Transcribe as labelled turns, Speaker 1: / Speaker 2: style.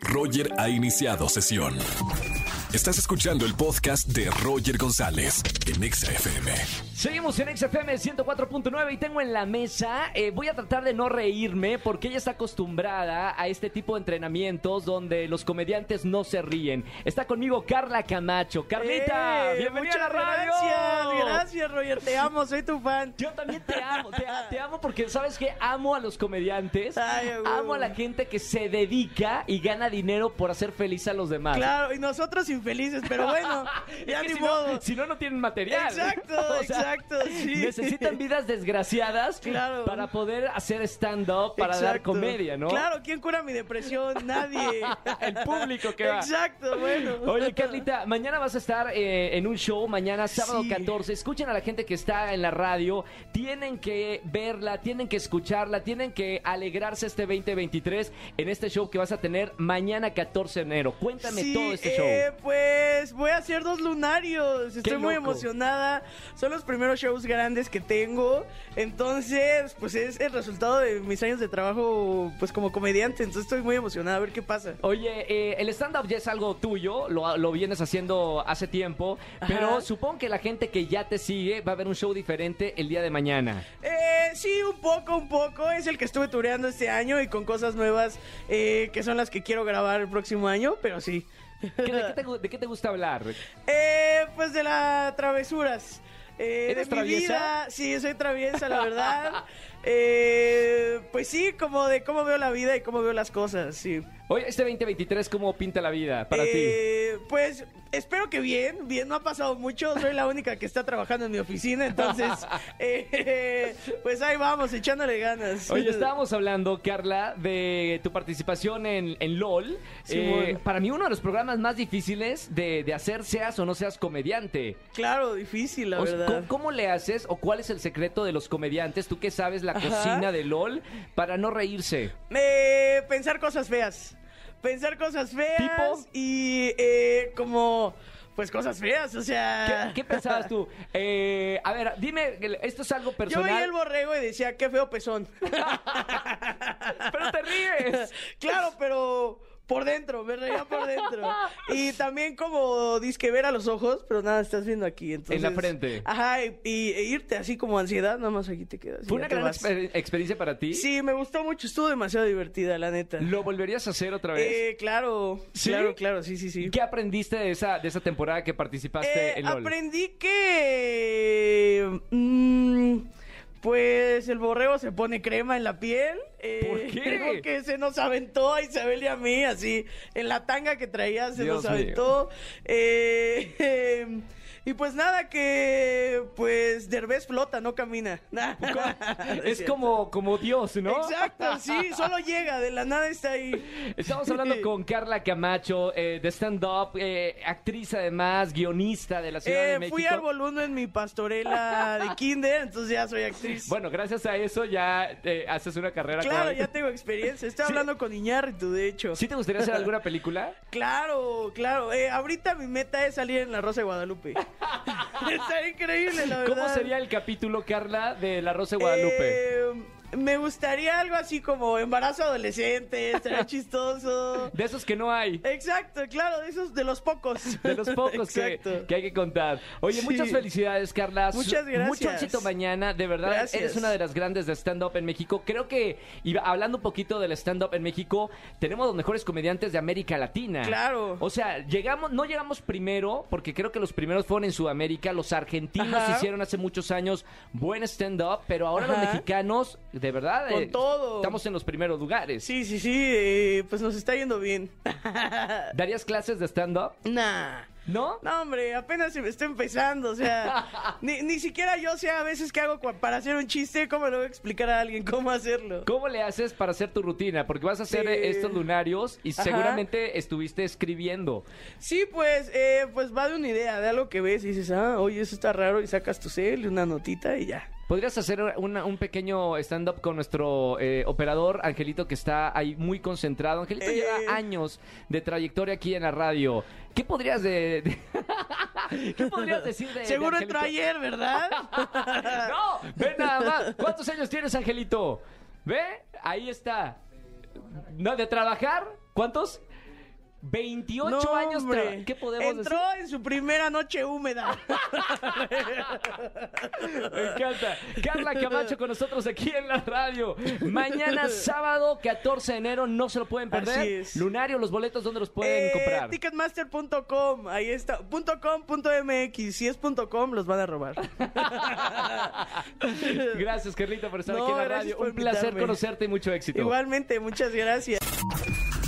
Speaker 1: Roger ha iniciado sesión. Estás escuchando el podcast de Roger González en Exa FM.
Speaker 2: Seguimos en XFM 104.9 y tengo en la mesa, eh, voy a tratar de no reírme porque ella está acostumbrada a este tipo de entrenamientos donde los comediantes no se ríen. Está conmigo Carla Camacho. Carlita,
Speaker 3: ¡Eh!
Speaker 2: bienvenida a la
Speaker 3: Muchas
Speaker 2: radio.
Speaker 3: Gracias, gracias, Roger. Te amo, soy tu fan.
Speaker 2: Yo también te amo, te, te amo porque sabes que amo a los comediantes,
Speaker 3: Ay, a huevo.
Speaker 2: amo a la gente que se dedica y gana dinero por hacer feliz a los demás.
Speaker 3: Claro, y nosotros infelices, pero bueno,
Speaker 2: Es
Speaker 3: ya
Speaker 2: que
Speaker 3: ni
Speaker 2: si
Speaker 3: modo.
Speaker 2: No, si no, no tienen material.
Speaker 3: Exacto,
Speaker 2: O sea,
Speaker 3: exacto, sí.
Speaker 2: Necesitan vidas desgraciadas
Speaker 3: Claro.
Speaker 2: para poder hacer stand-up, para dar
Speaker 3: Exacto.
Speaker 2: comedia, ¿no?
Speaker 3: Claro, ¿quién cura mi depresión? Nadie.
Speaker 2: El público que va.
Speaker 3: Exacto, bueno.
Speaker 2: Oye, Carlita, mañana vas a estar eh, en un show, mañana sábado
Speaker 3: Sí.
Speaker 2: 14. Escuchen a la gente que está en la radio. Tienen que verla, tienen que escucharla, tienen que alegrarse este 2023 en este show que vas a tener mañana 14 de enero. Cuéntame
Speaker 3: Sí,
Speaker 2: todo este
Speaker 3: eh,
Speaker 2: show.
Speaker 3: pues voy a hacer dos lunarios. Estoy muy
Speaker 2: loco.
Speaker 3: emocionada. Son los primeros shows grandes que tengo. Entonces, pues es el resultado de mis años de trabajo, pues como comediante. Entonces estoy muy emocionada a ver qué pasa.
Speaker 2: Oye, eh, el stand-up ya es algo tuyo, lo, lo vienes haciendo hace tiempo, pero
Speaker 3: Ajá.
Speaker 2: supongo que la gente que ya te sigue va a ver un show diferente el día de mañana.
Speaker 3: Eh, sí, un poco, un poco. Es el que estuve tureando este año y con cosas nuevas eh, que son las que quiero grabar el próximo año, pero sí.
Speaker 2: ¿Qué- ¿De qué te, gu- de qué te gusta hablar?
Speaker 3: Eh, pues de las travesuras. Eh,
Speaker 2: ¿Eres
Speaker 3: de mi
Speaker 2: traviesa?
Speaker 3: vida, sí, soy traviesa, la verdad. Eh, pues sí, como de cómo veo la vida y cómo veo las cosas, sí.
Speaker 2: Oye, este 2023, ¿cómo pinta la vida para ti?
Speaker 3: Eh, Pues espero que bien, bien, no ha pasado mucho, soy la única que está trabajando en mi oficina, entonces, eh, pues ahí vamos, echándole ganas.
Speaker 2: Oye, estábamos hablando, Carla, de tu participación en, en LOL.
Speaker 3: Simón.
Speaker 2: Eh, para mí, uno de los programas más difíciles de, de hacer, seas o no seas comediante.
Speaker 3: Claro, difícil, la
Speaker 2: O sea,
Speaker 3: verdad.
Speaker 2: ¿cómo, cómo le haces o cuál es el secreto de los comediantes, tú que sabes la
Speaker 3: Ajá.
Speaker 2: cocina de LOL, para no reírse?
Speaker 3: Eh, pensar cosas feas. Pensar cosas feas
Speaker 2: ¿Tipo?
Speaker 3: y eh, como, pues cosas feas, o
Speaker 2: ¿Qué,
Speaker 3: sea...
Speaker 2: qué pensabas tú? Eh, a ver, dime, esto es algo
Speaker 3: Yo veía el
Speaker 2: personal,
Speaker 3: borrego y decía, qué feo pezón.
Speaker 2: pero te ríes.
Speaker 3: claro, pero por dentro, me reía por dentro. Y también como disque ver a los ojos, pero nada, estás viendo aquí. Entonces,
Speaker 2: En la frente.
Speaker 3: Ajá, y, y- e irte así como ansiedad, nada más aquí te quedas. y
Speaker 2: ¿Fue
Speaker 3: ya
Speaker 2: una
Speaker 3: te
Speaker 2: gran
Speaker 3: vas.
Speaker 2: exper- experiencia para ti?
Speaker 3: Sí, me gustó mucho, estuvo demasiado divertida, la neta.
Speaker 2: ¿Lo volverías a hacer otra vez?
Speaker 3: Eh, claro,
Speaker 2: ¿Sí?
Speaker 3: claro, claro, sí, sí, sí.
Speaker 2: ¿Qué aprendiste de esa, de esa temporada que participaste
Speaker 3: Eh,
Speaker 2: en LOL?
Speaker 3: aprendí que. mm, pues el borrego se pone crema en la piel. eh,
Speaker 2: ¿Por qué?
Speaker 3: Creo que se nos aventó a Isabel y a mí, así. En la tanga que traía se
Speaker 2: Dios
Speaker 3: nos aventó. Eh, eh, y pues nada, que. Pues Derbez flota, no camina.
Speaker 2: Es como, como Dios, ¿no?
Speaker 3: Exacto, sí, solo llega, de la nada está ahí.
Speaker 2: Estamos hablando con Carla Camacho, eh, de stand-up, eh, actriz además, guionista de la Ciudad de
Speaker 3: Eh,
Speaker 2: México.
Speaker 3: fui arbolundo en mi pastorela de kinder, entonces ya soy actriz.
Speaker 2: Bueno, gracias a eso ya eh, haces una carrera.
Speaker 3: Claro,
Speaker 2: como-
Speaker 3: ya tengo experiencia. Estoy
Speaker 2: Sí.
Speaker 3: hablando con Iñárritu, de hecho.
Speaker 2: ¿Sí te gustaría hacer alguna película?
Speaker 3: Claro, claro. Eh, ahorita mi meta es salir en La Rosa de Guadalupe. Está increíble, la verdad. Eh,
Speaker 2: ¿Cómo sería el capítulo, Carla, de La Rosa de Guadalupe?
Speaker 3: Guadalupe? me gustaría algo así como embarazo adolescente, estaría chistoso.
Speaker 2: De esos que no hay.
Speaker 3: Exacto, claro, de esos de los pocos.
Speaker 2: De los pocos que,
Speaker 3: Exacto.
Speaker 2: que hay que contar. Oye,
Speaker 3: Sí.
Speaker 2: muchas felicidades, Carla. Su-
Speaker 3: Muchas gracias.
Speaker 2: Mucho éxito mañana. De verdad,
Speaker 3: Gracias.
Speaker 2: eres una de las grandes de stand-up en México. Creo que, y hablando un poquito del stand-up en México, tenemos los mejores comediantes de América Latina.
Speaker 3: Claro.
Speaker 2: O sea, llegamos, no llegamos primero, porque creo que los primeros fueron en Sudamérica. Los argentinos
Speaker 3: Ajá.
Speaker 2: hicieron hace muchos años buen stand-up, pero ahora los
Speaker 3: Ajá.
Speaker 2: mexicanos, de verdad, eh,
Speaker 3: Con todo.
Speaker 2: estamos en los primeros lugares.
Speaker 3: Sí, sí, sí, eh, pues nos está yendo bien.
Speaker 2: ¿Darías clases de stand-up?
Speaker 3: Nah.
Speaker 2: ¿No?
Speaker 3: No, hombre, apenas se me está empezando, o sea, ni, ni siquiera yo sé a veces qué hago cua- para hacer un chiste, cómo le voy a explicar a alguien cómo hacerlo.
Speaker 2: ¿Cómo le haces para hacer tu rutina? Porque vas a hacer
Speaker 3: Sí.
Speaker 2: eh, estos lunarios y
Speaker 3: Ajá.
Speaker 2: seguramente estuviste escribiendo.
Speaker 3: Sí, pues, eh, pues va de una idea, de algo que ves y dices, ah, oye, eso está raro, y sacas tu cel y una notita y ya.
Speaker 2: ¿Podrías hacer una- un pequeño stand-up con nuestro eh, operador, Angelito, que está ahí muy concentrado? Angelito
Speaker 3: Eh.
Speaker 2: lleva años de trayectoria aquí en la radio. ¿Qué podrías de, de- ¿Qué podrías decir de de
Speaker 3: Seguro entró
Speaker 2: Angelito?
Speaker 3: ayer, ¿verdad?
Speaker 2: ¡No! ¡Ve nada más! ¿Cuántos años tienes, Angelito? ¿Ve? Ahí está. ¿No? ¿De trabajar? ¿Cuántos? 28
Speaker 3: No,
Speaker 2: años. tra-
Speaker 3: hombre.
Speaker 2: ¿Qué podemos
Speaker 3: Entró
Speaker 2: decir?
Speaker 3: en su primera noche húmeda.
Speaker 2: Me encanta. Carla Camacho con nosotros aquí en la radio. Mañana sábado 14 de enero, no se lo pueden perder.
Speaker 3: Así es.
Speaker 2: Lunario, los boletos, ¿dónde los pueden
Speaker 3: Eh,
Speaker 2: comprar?
Speaker 3: Ticketmaster.com, ahí está. punto .com, punto .mx, si es punto .com los van a robar.
Speaker 2: Gracias, Carlita, por estar
Speaker 3: No,
Speaker 2: aquí en la
Speaker 3: gracias
Speaker 2: radio.
Speaker 3: por
Speaker 2: Un placer
Speaker 3: invitarme.
Speaker 2: conocerte y mucho éxito.
Speaker 3: Igualmente, muchas gracias.